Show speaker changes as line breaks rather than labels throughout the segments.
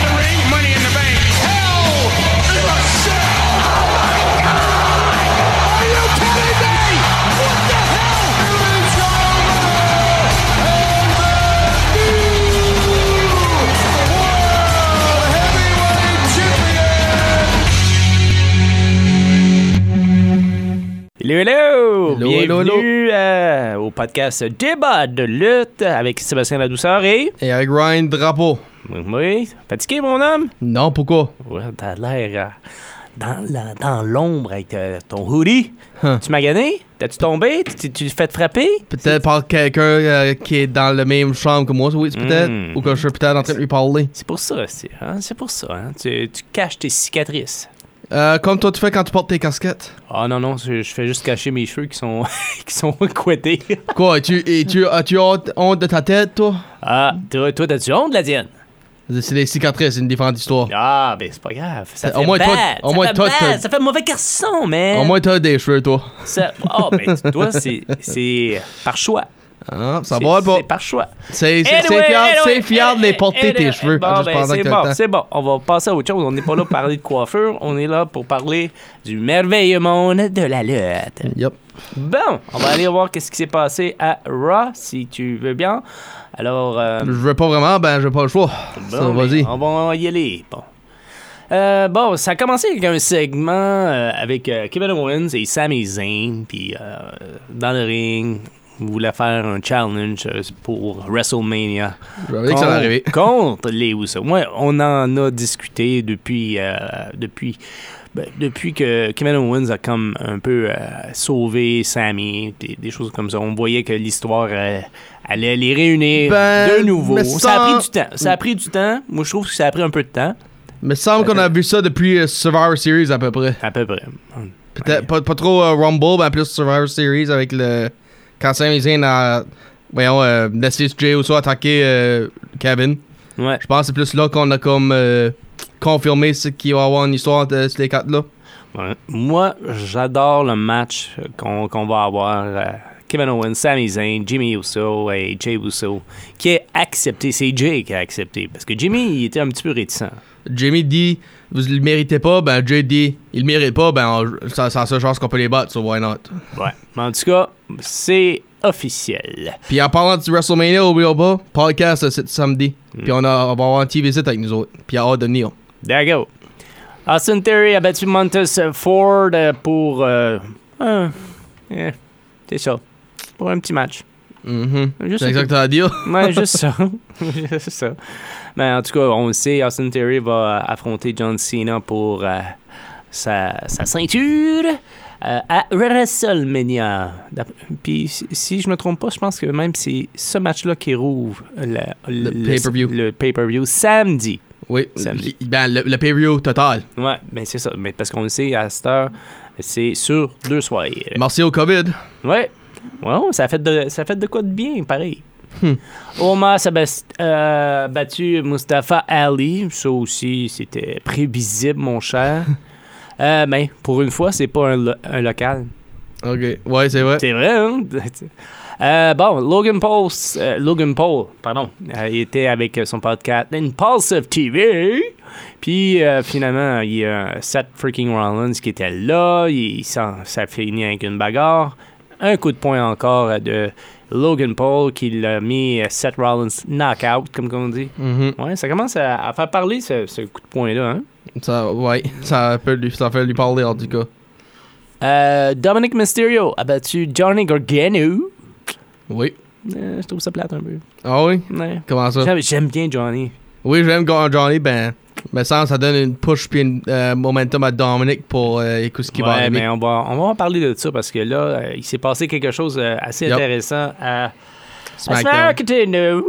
the ring, money in the bank. Hell in a cell. Are you kidding me? What the hell?
Hello, hello!
Hello, hello,
Bienvenue euh, au podcast Débat de lutte avec Sébastien Ladouceur et...
Et avec Ryan Drapeau.
Oui, fatigué mon homme?
Non, pourquoi?
Ouais, t'as l'air euh, dans, la- dans l'ombre avec euh, ton hoodie.
Huh.
Tu m'as gagné? T'as-tu tombé? Tu tu- tu te fait frapper?
Peut-être par quelqu'un euh, qui est dans la même chambre que moi, oui, c'est peut-être.
Mm.
Ou que je suis peut-être en train de lui parler.
C'est pour ça, c'est, hein, c'est pour ça. hein. Tu, tu caches tes cicatrices.
Euh, comme toi, tu fais quand tu portes tes casquettes.
Ah non, non, je, je fais juste cacher mes cheveux qui sont, qui sont couettés.
Quoi, et tu, et tu, as-tu honte, honte de ta tête, toi?
Ah, toi, toi, t'as-tu honte de la tienne?
C'est des cicatrices, c'est une différente histoire.
Ah, ben c'est pas grave. Ça
Ça-
fait
au moins,
bad.
toi-
ça
au moins,
fait
toi,
bad.
t'as-
Ça fait mauvais garçon, man.
Au moins, t'as des cheveux, toi.
Ça... Oh, ben toi, c'est, c'est par choix.
Hein, ça
C'est-
va, bon.
C'est par choix.
C'est c'est- c'est
Anyway,
fier,
anyway,
c'est fier de les
anyway,
porter, tes
anyway.
cheveux.
Bon,
juste
ben,
pendant que
c'est
t'as
bon,
le temps.
c'est bon. On va passer à autre chose. On n'est pas là pour parler de coiffure. On est là pour parler du merveilleux monde de la lutte.
Yep.
Bon, on va aller voir qu'est-ce qui s'est passé à Raw, si tu veux bien. Alors, euh,
Je veux pas vraiment, ben, j'ai pas le choix. ça,
Bon,
vas-y.
mais On va y aller. Bon. Euh, bon, ça a commencé avec un segment euh, avec euh, Kevin Owens et Sami Zayn, puis euh, dans le ring, ils voulaient faire un challenge euh, pour WrestleMania
Je savais que ça allait arriver.
contre les Usos. Moi, on en a discuté depuis, euh, depuis, ben, depuis que Kevin Owens a comme un peu euh, sauvé Sammy, des, des choses comme ça. On voyait que l'histoire euh, allait les réunir
Ben,
de nouveau.
me
Ça a pris
sens-
du temps. Ça a pris du temps. Moi, je trouve que ça a pris un peu de temps,
Me semble qu'on a vu ça depuis euh, Survivor Series à peu près.
à peu près.
Peut-être pas, pas trop euh, Rumble, mais plus Survivor Series avec le. Quand Sami Zayn a. Voyons, euh, laissé Jay ou ça attaquer euh, Kevin.
Ouais.
Je pense que c'est plus là qu'on a comme. euh, confirmé ce qu'il va y avoir une histoire de ces quatre-là.
Ouais. Moi, j'adore le match qu'on qu'on va avoir. euh, Kevin Owens, Sami Zayn, Jimmy Uso et Jay Uso, qui est accepté. C'est Jay qui a accepté. Parce que Jimmy, il était un petit peu réticent.
Jimmy dit Vous le méritez pas, ben Jay dit Il le mérite pas, ben on- ça, ça a la seule chance qu'on peut les battre, so why not?
Ouais. Mais en tout cas, c'est officiel.
Puis en parlant du WrestleMania, oublions pas, podcast euh, c'est samedi. Puis on, a, on va avoir un petit visite avec nous autres. Puis il y a hâte de venir.
There you go. Austin Theory a battu Montes Ford euh, pour. euh, un- eh, c'est ça. Pour un petit match.
Mhm.
Juste
C'est
un
exactement à dire.
Ouais, juste ça. juste ça. Mais en tout cas, on le sait, Austin Theory va euh, affronter John Cena pour euh, sa, sa ceinture euh, à WrestleMania. D'ap- Puis, si, si je me trompe pas, je pense que même c'est ce match-là qui rouvre la- le,
pay-per-view.
le pay-per-view samedi.
Oui,
Samedi.
ben, le, le pay-per-view total.
Ouais, mais c'est ça. Mais parce qu'on le sait, à cette heure, c'est sur deux soirées.
Merci au COVID.
Ouais. Wow, ça a fait de, ça a fait de quoi de bien, pareil. Omar a bas- euh, battu Mustafa Ali. Ça aussi, c'était prévisible, mon cher. Euh, mais pour une fois, c'est pas un, lo- un local.
Ok, ouais, c'est vrai.
C'est vrai, hein? Euh, bon, Logan Paul, euh, Logan Paul, pardon, euh, il était avec euh, son podcast Impulsive TV. Puis euh, finalement, il y a Seth freaking Rollins qui était là. Il, il s'en- ça finit avec une bagarre. Un coup de poing encore euh, de Logan Paul qui l'a mis euh, Seth Rollins knockout, comme on dit.
Mhm.
Ouais, ça commence à, à faire parler ce, ce coup de poing-là. Hein?
Ça, ouais, ça peut lui, ça fait lui parler en tout cas.
Euh, Dominic Mysterio a battu Johnny Gargano.
Oui.
Euh, je trouve ça plate un peu.
Ah oui?
Ouais.
Comment ça?
J'aime, j'aime bien Johnny.
Oui, j'aime Gordon Johnny, ben, me semble que ça donne une push puis une euh, momentum à Dominic pour euh, écouter ce qui
ouais,
va arriver.
mais on va, on va en parler de ça parce que là, euh, il s'est passé quelque chose euh, assez
Yep.
intéressant à à
SmackDown.
SmackDown.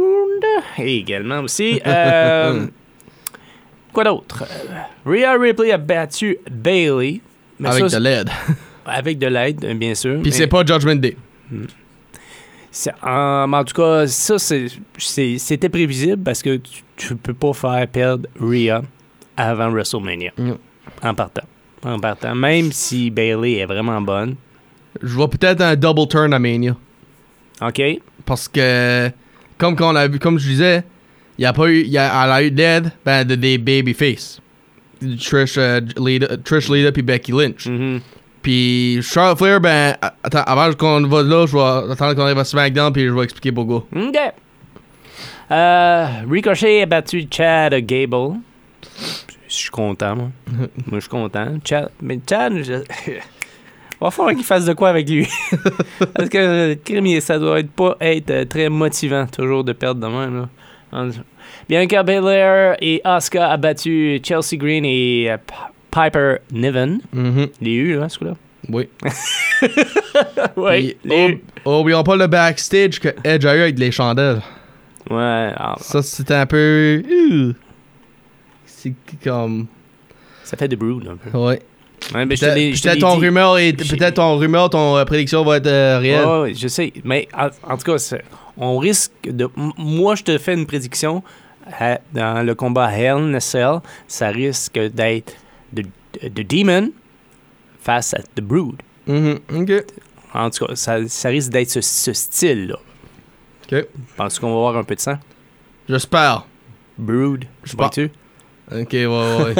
Et également aussi. euh, quoi d'autre? Euh, Rhea Ripley a battu Bailey.
Avec de l'aide.
avec de l'aide, euh, bien sûr. mais
Puis c'est pas Judgment Day.
C'est- en, mais en tout cas, ça, c'est- c'est- c'était prévisible parce que tu, tu peux pas faire perdre Rhea avant WrestleMania.
Non.
En partant. En partant. Même si Bailey est vraiment bonne.
Je vois peut-être un double turn à Mania.
OK?
Parce que, comme, qu'on a vu, comme je disais, il y a pas eu, il y a, elle a eu de l'aide ben, de, des babyface. Trish, euh, Lita, Trish Lita puis Becky Lynch.
Mhm.
Puis Charlotte Flair, ben, a- attends, avant qu'on va là, je vais attendre qu'on arrive à SmackDown puis je vais expliquer pourquoi.
OK. Euh, Ricochet a battu Chad Gable. Je suis content, moi. moi, je suis content. Chad, mais Chad, je... va falloir qu'il fasse de quoi avec lui. Parce que euh, crime, il- ça doit être pas être euh, très motivant, toujours, de perdre de même. Là. En- Bianca Belair et Asuka a battu Chelsea Green et euh, P- Piper Niven.
Mhm.
Les U, hein, ce coup-là.
Oui.
Ouais,
Puis,
les
oub-
U.
oublions pas le backstage que Edge a eu avec les chandelles.
Ouais, ah,
Ça, c'était un peu. Ouh. C'est comme.
ça fait des broods un peu.
Ouais.
Ouais, mais je te l'ai-
Peut-être
je te l'ai
peut-être ton
dit.
rumeur est-
J'ai-
peut-être ton rumeur, ton euh, prédiction va être euh, réelle.
Ouais, ouais, je sais. Mais en, en tout cas, c'est- on risque de. m- Moi, je te fais une prédiction. à- dans le combat Hell in a Cell, ça risque d'être The, the Demon face à The Brood.
Mhm. Ok.
En tout cas, ça, ça risque d'être ce, ce style-là.
Ok.
Penses-tu qu'on va avoir un peu de sang?
J'espère.
Brood.
Je
vois-tu?
Ok, ouais, ouais. ouais.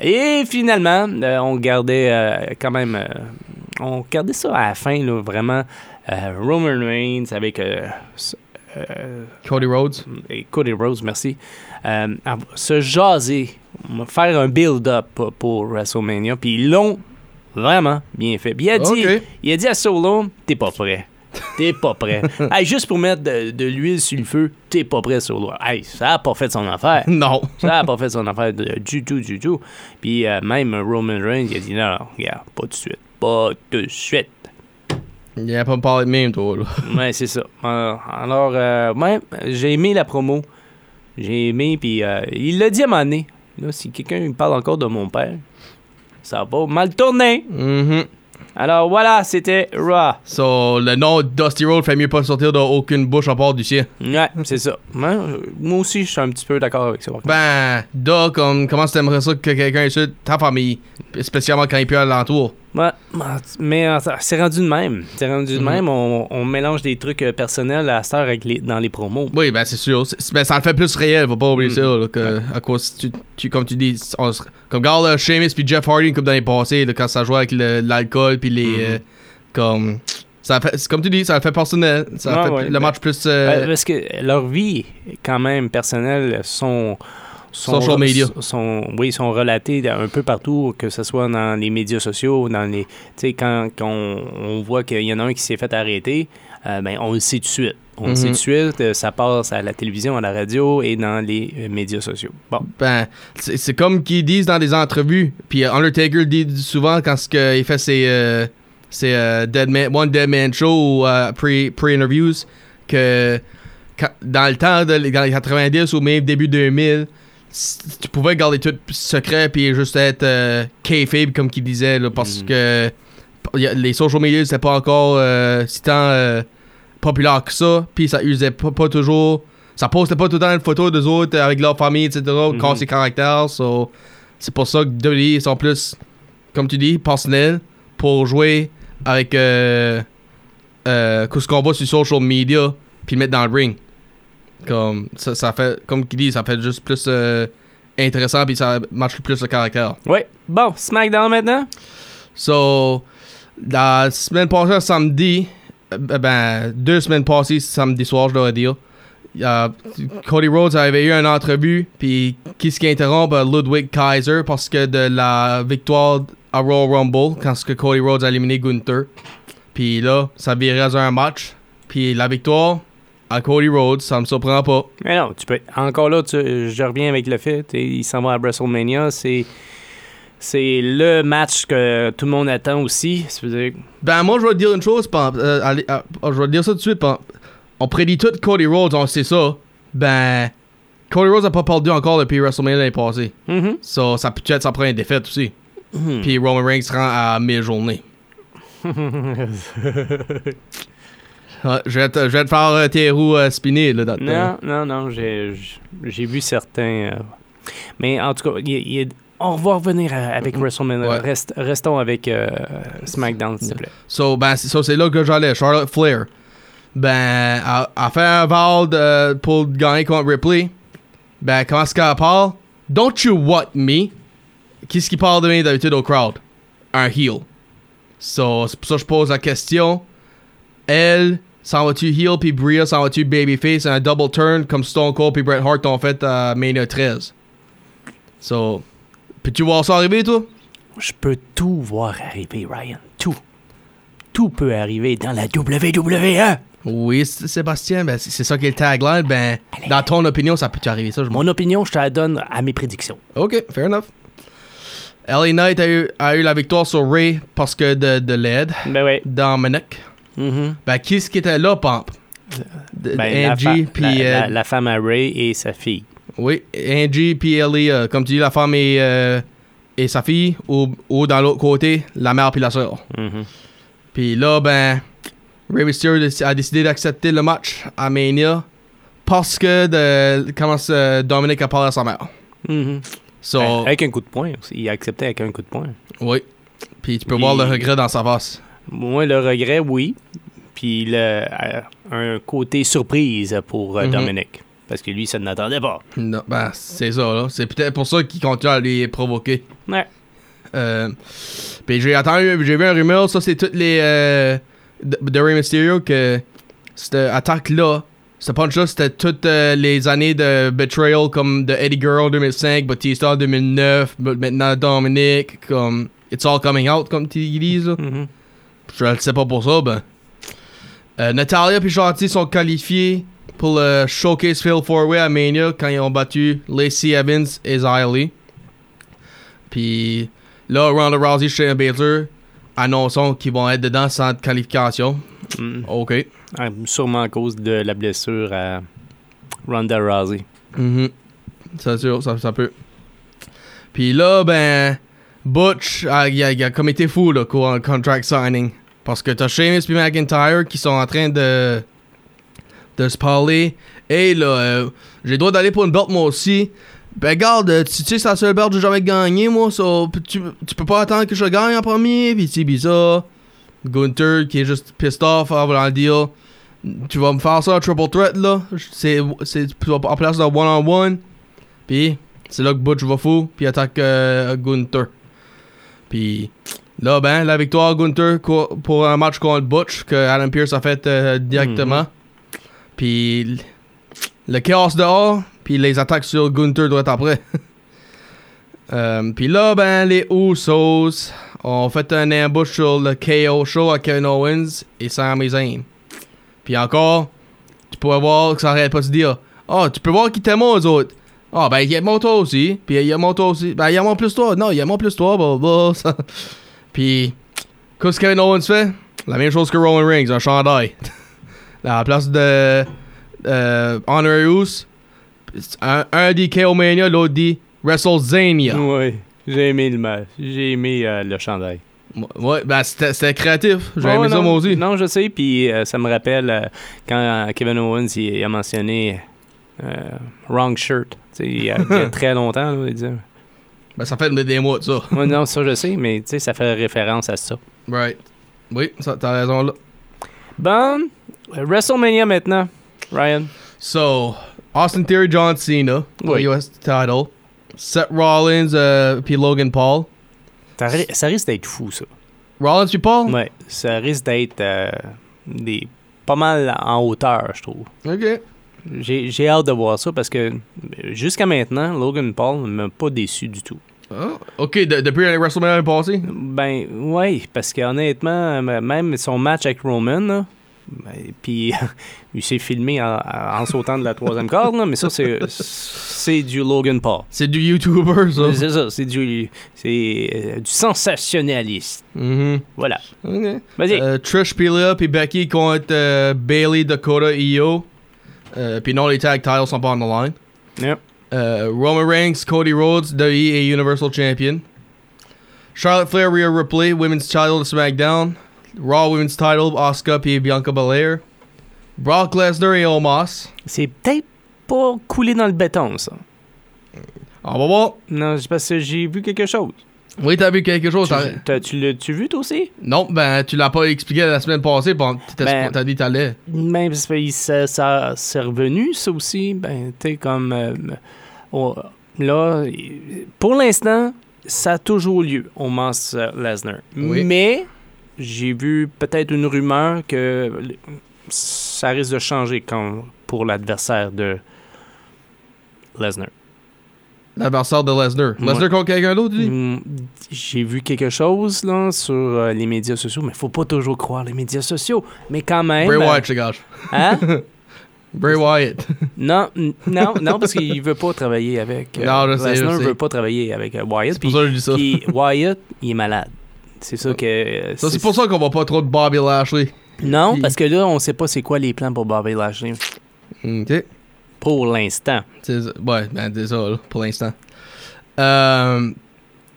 Et finalement, euh, on gardait euh, quand même. euh, on gardait ça à la fin, là, vraiment. Euh, Roman Reigns avec. euh, s- euh,
Cody Rhodes.
et Cody Rose, merci, euh, à se jaser, faire un build-up pour- pour WrestleMania. Puis ils l'ont vraiment bien fait. Puis il a dit,
Ok.
il a dit à Solo, t'es pas prêt. T'es pas prêt. Hey, juste pour mettre de, de l'huile sur le feu, t'es pas prêt, Solo. Hey, ça a pas fait son affaire.
Non.
Ça a pas fait son affaire de- euh, du tout, du tout. Puis euh, même Roman Reigns, il a dit, non, non, regarde, pas de suite. Pas de suite.
Il n'y a pas parlé de même, toi, là.
Ouais, c'est ça. Euh, Alors, euh, ouais, j'ai aimé la promo. J'ai aimé, puis euh, il l'a dit à un moment donné. Là, si quelqu'un me parle encore de mon père, ça va mal tourner.
Mhm.
Alors voilà, c'était Raw.
So, le nom de Dusty Road fait mieux pas sortir d'aucune bouche à part du sien.
Ouais, c'est ça. Ouais, euh, moi aussi, je suis un petit peu d'accord avec ça. par contre.
Ben, da, comme, comment tu aimerais ça que quelqu'un insulte ta famille, spécialement quand il pleut alentour?
Ouais, mais euh, ça- c'est rendu de même. C'est rendu de même. On, on mélange des trucs euh, personnels à cette heure avec les- dans les promos.
Oui, ben, c'est sûr. C'est- ben, ça le fait plus réel, faut pas oublier
Mhm.
ça, là, que, à cause, tu, tu- comme tu dis, on se- comme, regarde, là, Sheamus puis Jeff Hardy, comme dans les passés, là, quand ça jouait avec le- l'alcool puis les,
Mhm.
euh, comme, ça fait, c'est comme tu dis, ça le fait personnel. Ça
Ouais,
fait
ouais,
le
ben-
match plus, euh,
Ben, parce que leur vie, quand même, personnelle, sont. sont-
Social media.
Sont, oui, sont relatés un peu partout, que ce soit dans les médias sociaux, dans les. Tu sais, quand, quand on, on voit qu'il y en a un qui s'est fait arrêter, euh, ben, on le sait tout de suite. On le sait tout
Mhm.
de suite, euh, ça passe à la télévision, à la radio et dans les euh, médias sociaux. Bon.
Ben, c'est c'est comme qu'ils disent dans des entrevues. Puis euh, Undertaker le dit souvent quand ce que il fait ses, euh, ses, euh, Dead Man- One Dead Man Show ou euh, pre- pre-interviews que quand- dans le temps, de, dans les 90 ou même début 2000, c- tu pouvais garder tout secret puis juste être euh, kayfabe comme qu'il disait là, parce
Mhm.
que p- y a- les social media c'était pas encore euh, si tant euh, populaire que ça. Puis ça usait pas, pas toujours ça postait pas tout le temps une photo d'eux autres euh, avec leur famille, etc.
Mhm.
Quand c'est caractère, so, c'est pour ça que WWE sont plus, comme tu dis, personnels pour jouer avec euh, euh, que ce qu'on voit sur social media puis le mettre dans le ring. Comme ça, ça fait, comme tu dis, ça fait juste plus euh, intéressant puis ça marche plus le caractère.
Oui. Bon, SmackDown maintenant?
So, la semaine passée, samedi, euh, ben, deux semaines passées, samedi soir, je dois dire, euh, Cody Rhodes avait eu une entrevue, puis qu'est-ce qui interrompt euh, Ludwig Kaiser parce que de la victoire à Royal Rumble, quand ce que Cody Rhodes a éliminé Gunther, puis là, ça virait à un match, puis la victoire à Cody Rhodes, ça me surprend pas.
Mais non, tu peux. Encore là, tu- je reviens avec le fait. et Il s'en va à WrestleMania. C'est. C'est le match que tout le monde attend aussi. Ça veut dire-
Ben, moi, je vais te dire une chose, Pam. Euh, allez, ah, ah, je vais te dire ça tout de suite, Pam. On prédit tout Cody Rhodes, on sait ça. Ben, Cody Rhodes a pas perdu encore depuis WrestleMania l'année passée.
Mhm.
So, ça peut être ça prend une défaite aussi.
Mm-hmm. Hmm.
Puis Roman Reigns se rend à mi-journée. Ouais, je, vais te, je vais te faire euh, tes roues euh, spinner, là, dans le temps.
Non, non, non, j'ai j'- j'ai vu certains. euh, Mais en tout cas, il- il- on va revenir à- avec WrestleMania.
Ouais.
Reste- restons avec euh, SmackDown, s'il te plaît.
So, ben, c'est- so, c'est là que j'allais, Charlotte Flair. Ben, elle, elle fait un val uh, de- pour gagner contre Ripley. Ben, comment est-ce qu'elle parle? Don't you want me? Qu'est-ce qui parle de moi d'habitude au crowd? Un heel. So, c'est pour ça que je pose la question. Elle, s'en va-tu heel, puis Bria, s'en va-tu babyface, un double turn comme Stone Cold puis Bret Hart ont fait à Mania 13. So, peux-tu voir ça arriver, toi?
Je peux tout voir arriver, Ryan. Tout. Tout peut arriver dans la E. WWE.
Oui, S- Sébastien, ben, c'est c'est ça qui est le tagline. Ben, dans ton opinion, ça peut-tu arriver, ça? Je m'en-
Mon opinion, je te la donne à mes prédictions.
Ok, fair enough. LA Knight a eu, a eu la victoire sur Ray parce que de, de l'aide.
Ben oui.
Dominic.
Mm-hmm.
Ben, qui est-ce qui était là, Pomp? De-
Ben, la,
Angie,
fa- la-
puis... euh,
la- la femme à Ray et sa fille.
Oui, Angie, puis Ellie, euh, comme tu dis, la femme et, euh, et sa fille, ou, ou dans l'autre côté, la mère puis la sœur.
Mhm.
Puis là, ben, Ray Mysterio a décidé d'accepter le match à Mania parce que de, comment euh, Dominic a parlé à sa mère.
Mhm.
So,
Euh, Avec un coup de poing. aussi. Il a accepté avec un coup de poing.
oui. Puis tu peux
Puis-
voir le regret dans sa face.
Moi, le regret, oui. Puis le, euh, un côté surprise pour euh,
Mhm.
Dominic. Parce que lui, ça ne l'attendait pas.
Non, ben, c'est ça, là. C'est peut-être pour ça qu'il continue à les provoquer.
Ouais.
Euh, puis j'ai entendu, j'ai vu un rumeur, ça c'est toutes les. Euh, de, de Rey Mysterio que cette attaque-là, ce punch-là, c'était toutes euh, les années de Betrayal, comme de Eddie Girl 2005, Batista 2009, ma- maintenant Dominic, comme. It's all coming out, comme tu dis, là.
Mhm.
Je le sais pas pour ça, ben. Euh, Natalia puis Gentil sont qualifiés pour le Showcase Fail 4-Way à Mania quand ils ont battu Lacey Evans et Zaylee. Puis là, Ronda Rousey et Shayna Baszler annonçons qu'ils vont être dedans sans qualification.
Mm.
OK.
Ah, Sûrement à cause de la blessure à Ronda Rousey.
Mhm. Ça, sûr, ça, ça peut. Puis là, ben, Butch, ah, il a, il a comme été fou, là, quoi, en contract signing. Parce que t'as Sheamus puis McIntyre qui sont en train de, de se parler. Hey, là, euh, j'ai le droit d'aller pour une belt, moi aussi. Ben, regarde, euh, tu tu sais, c'est la seule belt que j'ai jamais gagnée, moi. so, p- tu, tu peux pas attendre que je gagne en premier, pis c'est bizarre. Gunther qui est juste pissed off avant le deal. Tu vas me faire ça, triple threat, là. C'est c'est en place de one-on-one. Puis, c'est là que Butch va fou, puis attaque euh, Gunther. Puis, là, ben, la victoire Gunther co- pour un match contre Butch que Adam Pierce a fait euh, directement. Puis, l- le chaos dehors, puis les attaques sur Gunther doit être après. Euh, puis là, ben, les Usos ont fait un ambush sur le KO show à Kevin Owens et Sami Zayn. Puis encore, tu pourrais voir que ça arrête pas de se dire Ah, tu peux voir qu'ils t'aiment aux autres. Ah, ben, ils aiment toi aussi. Puis ils aiment toi aussi. Ben, ils aiment plus toi. Non, ils aiment plus toi. Bah, bah, ça. Puis, qu'est-ce que Kevin Owens fait La même chose que Roman Reigns, un chandail. à la place de euh, Honorius, un, un dit KO Mania, l'autre dit WrestleZania.
Oui. J'ai aimé le match. J'ai aimé euh, le chandail.
Ouais, ben, c'était c'était créatif. J'ai
Ouais,
aimé
Oh,
ça,
non,
moi aussi.
Non, je sais, puis euh, ça me rappelle euh, quand euh, Kevin Owens il a mentionné euh, Wrong Shirt. Tu sais, Il y, a, il y a très longtemps, là, il disait.
Ben, ça fait des mois de ça.
Ouais, non, ça je sais, mais tu sais, ça fait référence à ça.
Right. Oui, ça, t'as raison là.
Bon, euh, WrestleMania maintenant, Ryan.
So, Austin Theory, John Cena, pour
Oui.
le US title. Seth Rollins, euh, puis Logan Paul.
Ça, ri- ça risque d'être fou, ça.
Rollins puis Paul?
Ouais, ça risque d'être euh, des pas mal en hauteur, je trouve.
Ok.
J'ai j'ai hâte de voir ça parce que euh, jusqu'à maintenant, Logan Paul ne m'a pas déçu du tout.
Ah, Ok, de- depuis la WrestleMania passée?
Ben, oui, parce qu'honnêtement, m- même son match avec Roman, là, ben, puis il s'est filmé en, en sautant de la troisième corde, là, mais ça, c'est c'est du Logan Paul.
C'est du YouTuber, ça.
C'est ça, c'est du, c'est, euh, du sensationnaliste.
Mhm.
Voilà.
Ok.
Vas-y.
Euh, Trish Pelia puis Becky contre euh, Bailey, Dakota, E Io. Euh, puis non, les tag titles sont pas on the line.
Yep.
Euh, Roman Reigns, Cody Rhodes, WWE et Universal Champion. Charlotte Flair, Rhea Ripley, Women's Title de SmackDown. Raw Women's Title, Asuka puis Bianca Belair. Brock Lesnar et Omos.
C'est peut-être pas coulé dans le béton, ça. Ah,
On va voir.
Non, c'est parce que j'ai vu quelque chose.
Oui, t'as vu quelque chose.
Tu,
t'as-
t'as- tu l'as-tu vu, toi aussi?
Non, ben, tu l'as pas expliqué la semaine passée. Bon, t'as
Ben-
t'as dit que t'allais.
Même si ça, ça- c'est revenu, ça aussi, ben, tu sais, comme. euh, on- là, pour l'instant, ça a toujours lieu, au Mans Lesnar.
Oui.
Mais, j'ai vu peut-être une rumeur que le- ça risque de changer quand, pour l'adversaire de Lesnar.
L'adversaire de Lesnar.
Ouais.
Lesnar contre quelqu'un d'autre, tu dis?
Hmm, J'ai vu quelque chose là, sur euh, les médias sociaux, mais faut pas toujours croire les médias sociaux. Mais quand même.
Bray
euh,
Wyatt, les gars.
hein?
Bray Wyatt.
Non, n- non, non, parce qu'il veut pas travailler avec. euh,
Non, je sais, je
Lesnar
sais.
veut pas travailler avec euh, Wyatt.
C'est pour
Puis,
ça que je dis ça.
puis Wyatt, il est malade. C'est ça que. euh,
Ça, c'est pour ça qu'on voit pas trop de Bobby Lashley.
Non,
puis-
parce que là, on sait pas c'est quoi les plans pour Bobby Lashley
Ok.
pour l'instant.
C'est ça. Ouais, ben, c'est ça, là, pour l'instant. Euh,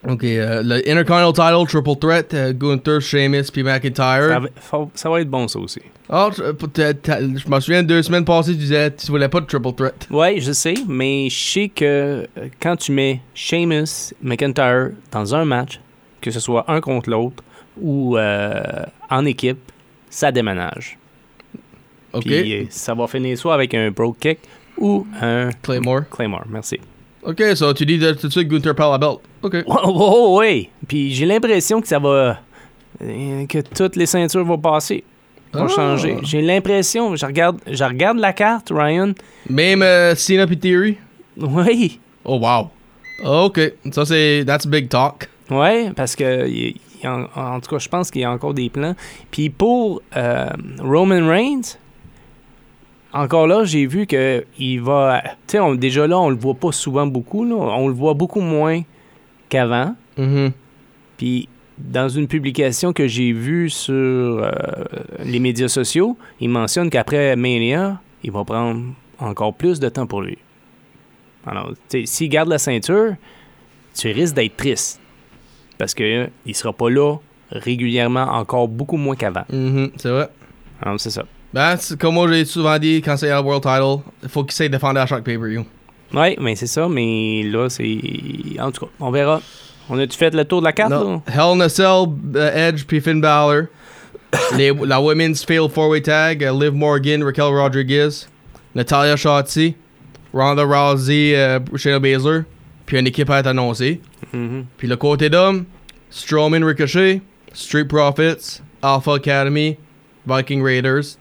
ok, euh, le Intercontinental Title, Triple Threat, euh, Gunther, Sheamus, puis
Ça,
McIntyre.
va- faut- ça va être bon, ça aussi.
Ah, tu- t'as- t'as- je me souviens, deux semaines passées, tu disais tu voulais pas de Triple Threat.
Ouais, je sais, mais je sais que euh, quand tu mets Sheamus, McIntyre dans un match, que ce soit un contre l'autre ou euh, en équipe, ça déménage.
Ok.
Puis euh, ça va finir soit avec un broke kick ou un
Claymore.
Claymore. Merci.
Ok, so tu dis de- tout de suite Gunther par la belt. Ok.
Ouais, ouais, ouais. Puis j'ai l'impression que ça va. euh, que toutes les ceintures vont passer. Vont
Ah.
changer. J'ai l'impression. Je regarde, je regarde la carte, Ryan.
Même euh, Cena puis Theory.
Oui.
Oh wow. Ok, ça c'est that's big talk.
Ouais, parce que il- il en, en tout cas, je pense qu'il y a encore des plans. Puis pour euh, Roman Reigns, encore là, j'ai vu que il va. Tu sais, on- déjà là, on le voit pas souvent beaucoup. là. On le voit beaucoup moins qu'avant.
Mhm.
Puis dans une publication que j'ai vue sur euh, les médias sociaux, il mentionne qu'après Mania, il va prendre encore plus de temps pour lui. Alors, tu sais, s'il garde la ceinture, tu risques d'être triste. Parce que euh, il sera pas là régulièrement, encore beaucoup moins qu'avant.
Mhm, c'est vrai.
Alors, c'est ça.
Ben, c'est comme moi j'ai souvent dit quand c'est un world title, il faut qu'il s'aille défendre à chaque pay-per-view.
Oui, mais c'est ça, mais là, c'est. En tout cas, on verra. On a-tu fait le tour de la carte,
Non.
là?
Hell in a Cell, euh, Edge puis Finn Balor. Les- la Women's Fail Four-Way Tag, euh, Liv Morgan, Raquel Rodriguez, Natalia Shotzi, Ronda Rousey, euh, Shayna Baszler. Puis une équipe à être annoncée.
Mhm.
Puis le côté d'homme, Strowman Ricochet, Street Profits, Alpha Academy, Viking Raiders.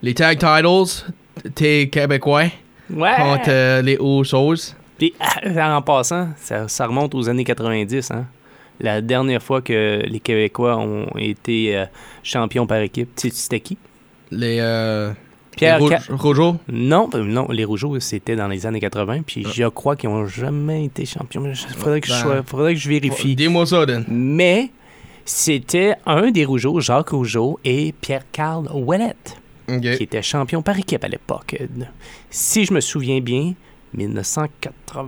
Les tag titles, t'es québécois
Ouais!
contre euh, les Usos.
Puis, en passant, ça, ça remonte aux années 90, hein? La dernière fois que les Québécois ont été euh, champions par équipe, tu sais, c'était qui?
Les, euh,
Pierre
les Rouge-
Ca-
Rougeaux.
Non, ben non, les Rougeaux, c'était dans les années 80, puis je crois qu'ils ont jamais été champions. Je- Faudrait que je,
Ben,
sois- faudrait que je vérifie.
Dis-moi ça, Dan.
Mais c'était un des Rougeaux, Jacques Rougeau et Pierre-Carl Ouellette,
Ok.
qui étaient champions par équipe à l'époque. Si je me souviens bien,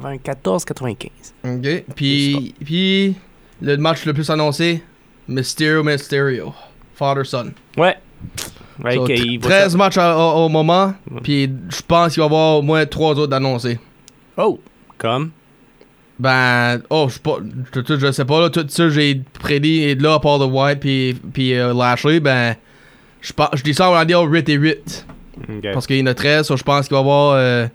1994-95.
Ok. Puis, puis le match le plus annoncé, Mysterio Mysterio. Father Son.
Ouais. Ouais,
So,
que
tr-
il va
13
faire-
matchs à- au, au moment.
Ouais.
Puis je pense qu'il va y avoir au moins 3 autres d'annoncés.
Oh, comme.
Ben, oh, je sais pas, tout- tout- je sais pas, là, tout ça, j'ai prédit, et là, à part de White puis, puis euh, Lashley, ben, je pense- je dis ça, on va dire 8 et 8, parce qu'il y en a 13, so je pense qu'il va y avoir euh,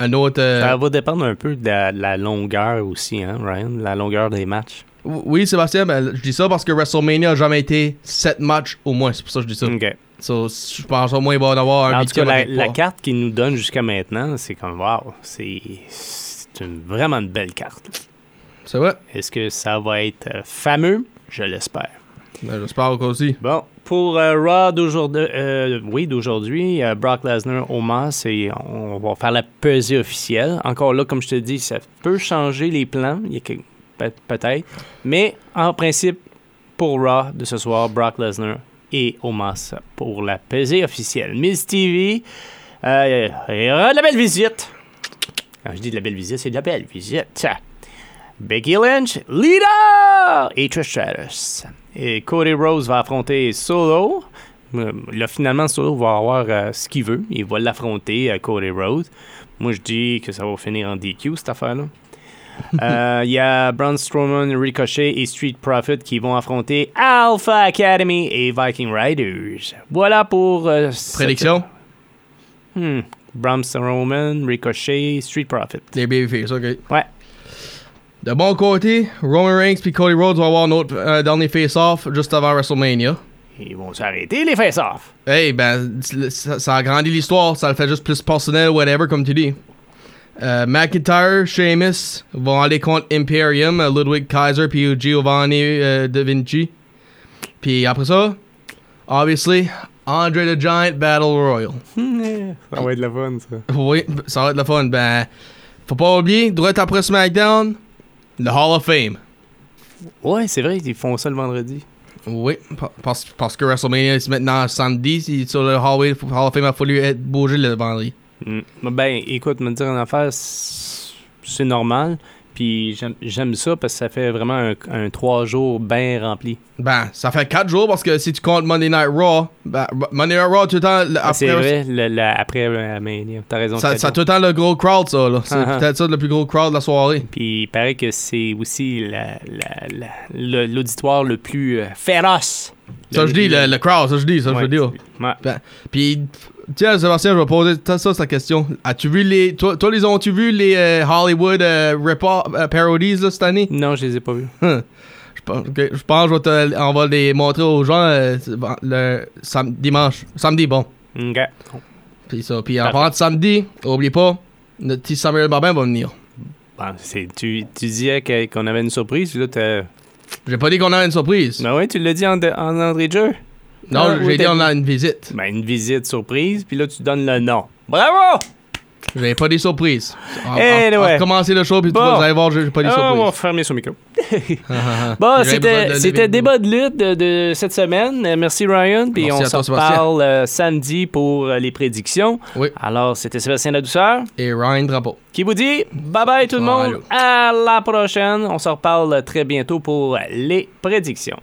un autre... euh,
Ça va dépendre un peu de la, la longueur aussi, hein, Ryan, la longueur des matchs.
Oui, Sébastien, ben, je dis ça parce que WrestleMania a jamais été 7 matchs au moins, c'est pour ça que je dis ça.
Ok.
So, je pense au moins il va y en avoir un
En tout cas,
huitième à
la,
quelque
la
part.
carte qu'ils nous donnent jusqu'à maintenant, c'est comme, wow, c'est c'est une, vraiment une belle carte.
C'est vrai,
Est-ce que ça va être euh, fameux? Je l'espère.
Ben, j'espère encore aussi.
Bon, pour euh, Raw d'aujourd'hui, euh, oui, d'aujourd'hui, euh, Brock Lesnar, Omar, c'est, on va faire la pesée officielle. Encore là, comme je te dis, ça peut changer les plans, il y a quelque- peut- peut-être. Mais en principe, pour Raw de ce soir, Brock Lesnar et Omar pour la pesée officielle. Miss TV, euh, il y aura de la belle visite. Quand je dis de la belle visite, c'est de la belle visite. Becky Lynch, leader! Et Trish Stratus. Et Cody Rose va affronter Solo. Euh, Là, finalement, Solo va avoir euh, ce qu'il veut. Il va l'affronter à Cody Rhodes. Moi, je dis que ça va finir en DQ, cette affaire-là. Euh, Il y a Braun Strowman, Ricochet et Street Profit qui vont affronter Alpha Academy et Viking Riders. Voilà pour. euh, cette-
Prédiction
Hmm. Braun Strowman, Ricochet, Street Profit.
Les Babyface, ok.
Ouais.
De bon côté, Roman Reigns puis Cody Rhodes vont avoir notre euh, dernier face-off juste avant WrestleMania.
Ils vont s'arrêter, les face-off.
Hey, ben, ça, ça agrandit l'histoire, ça le fait juste plus personnel, whatever, comme tu dis. Euh, McIntyre, Sheamus vont aller contre Imperium, euh, Ludwig Kaiser, puis Giovanni euh, Da Vinci. Puis après ça, obviously, Andre the Giant Battle Royal.
Hmm. Ça va être la fun, ça.
Oui, ça va être le fun. Ben, faut pas oublier, droite après SmackDown, le Hall of Fame.
Ouais, c'est vrai, ils font ça le vendredi.
Oui, pa- parce, parce que WrestleMania, c'est maintenant samedi, c'est sur le Hall of Hall of Fame a fallu être bougé le vendredi.
Mm. Ben, écoute, me dire une affaire, c- c'est normal. Puis j'aime- j'aime ça parce que ça fait vraiment un, un trois jours bien rempli.
Ben, ça fait 4 jours parce que si tu comptes Monday Night Raw, ben, Ra- Monday Night Raw, tout le temps, le-
Ben, Ah, C'est
après,
vrai, le- le- après euh, Mania, t'as raison.
ça,
t'as
ça
raison.
tout le temps le gros crowd, ça, là. C'est
Uh-huh.
peut-être ça le plus gros crowd de la soirée.
Puis il paraît que c'est aussi la- la- la- le- l'auditoire le plus euh, féroce.
Ça, je dis, le, le crowd, ça, je dis, ça, je
Ouais,
veux dire.
ouais.
Ben, Puis, tiens, Sébastien, je vais poser ta- ça, c'est la question. As-tu vu les. Toi, toi, les ont-tu vu les euh, Hollywood euh, repo- euh, parodies, là, cette année?
Non, je les ai pas vus.
Je pense que je pense que je vais te- on va les montrer aux gens euh, le sam- dimanche. Samedi, bon.
Ok.
Puis ça. Puis en parlant de samedi, oubliez pas, notre petit Samuel Babin va venir.
Bon, Ah, c'est- tu, tu disais que- qu'on avait une surprise, là, t'as.
J'ai pas dit qu'on a une surprise.
Ben ouais, tu l'as dit en, en entrée de jeu.
Non,
Ah, oui,
j'ai dit
t'as
on
dit.
a une visite.
Ben, une visite surprise, puis là, tu donnes le nom. Bravo!
J'ai pas des surprises. On,
Eh,
on- on
ouais.
va commencer le show, puis tu
Bon.
vas- vous allez voir, j'ai j'ai pas des
Ah, on va
surprises.
fermer son micro.
Ah, ah, ah.
Bon,
J'ai besoin de
c'était
lever
c'était
le
débat de lutte de, de cette semaine. Euh, Merci Ryan, puis
Merci
on
à toi,
se
Sébastien.
parle euh, samedi pour euh, les prédictions.
Oui.
Alors, c'était Sébastien La Douceur
Et Ryan Drapeau.
qui vous dit bye bye tout le
Bye.
monde, à la prochaine. On se reparle très bientôt pour les prédictions.